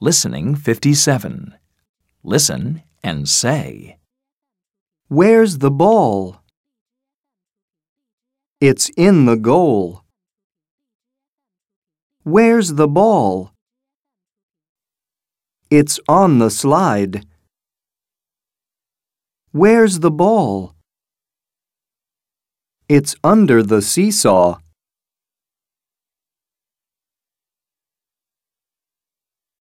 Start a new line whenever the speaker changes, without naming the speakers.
Listening 57. Listen and say. Where's the ball?
It's in the goal. Where's the ball? It's on the slide. Where's the ball? It's under the seesaw.